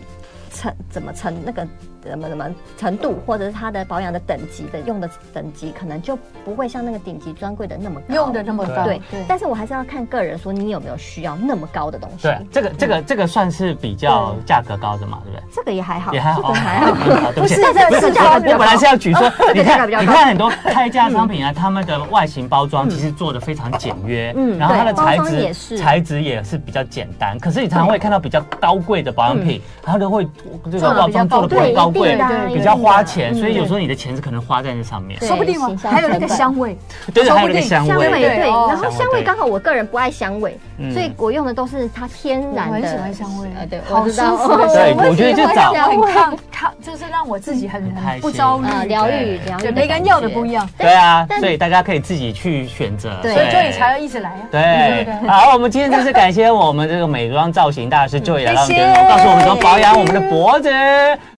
程怎么程那个。怎么怎么程度，或者是它的保养的等级的用的等级，可能就不会像那个顶级专柜的那么高
用的那么高，
对，但是我还是要看个人，说你有没有需要那么高的东西。
对，这个这个这个算是比较价格高的嘛，对不对？
这个也还嗯好，
也还好，
这个 还好。
好对不起，
不是这个是价格
我
比较哦
本来是要举说，你
价
看，
格比较
你
高
看很多开价商品啊，他们的外形包装其实做的非常简约，
嗯
然后它的
对
材
包装也
质
是
材质也是比较简单，可是你常常会看到比较高贵的保养
嗯
品，然后都会这个
做得
包
比较
装做的
高贵
不会高
对一
贵
定的啊，
比较花钱，
一定的
所以有时候你的钱是可能花在那上面，
对
说不
哦
定嘛
形，象
还有那个
成本
香味，
对对，
说
还
不
有那个
定
香
香
味
味，
对
对，
哦
然后香味
对
刚好我个人不爱香味，
嗯
所以我用的都是它天然
我很
的。
喜欢香味
呃对，
好
我知道
舒服的
香味对我觉得就找
让我很抗抗，就是让我自己很
很开
很
心
不焦虑
呃，疗愈疗愈
对，
的
每个人
感
要的
觉
不一样，
对啊，
但
所以大家可以自己去选择，
对
所以
对
Joy 才要一直来啊，
对，好，我们今天真是感谢我们这个美妆造型大师 Joy 来到我们节目
谢谢
告诉我们怎么保养我们的脖子。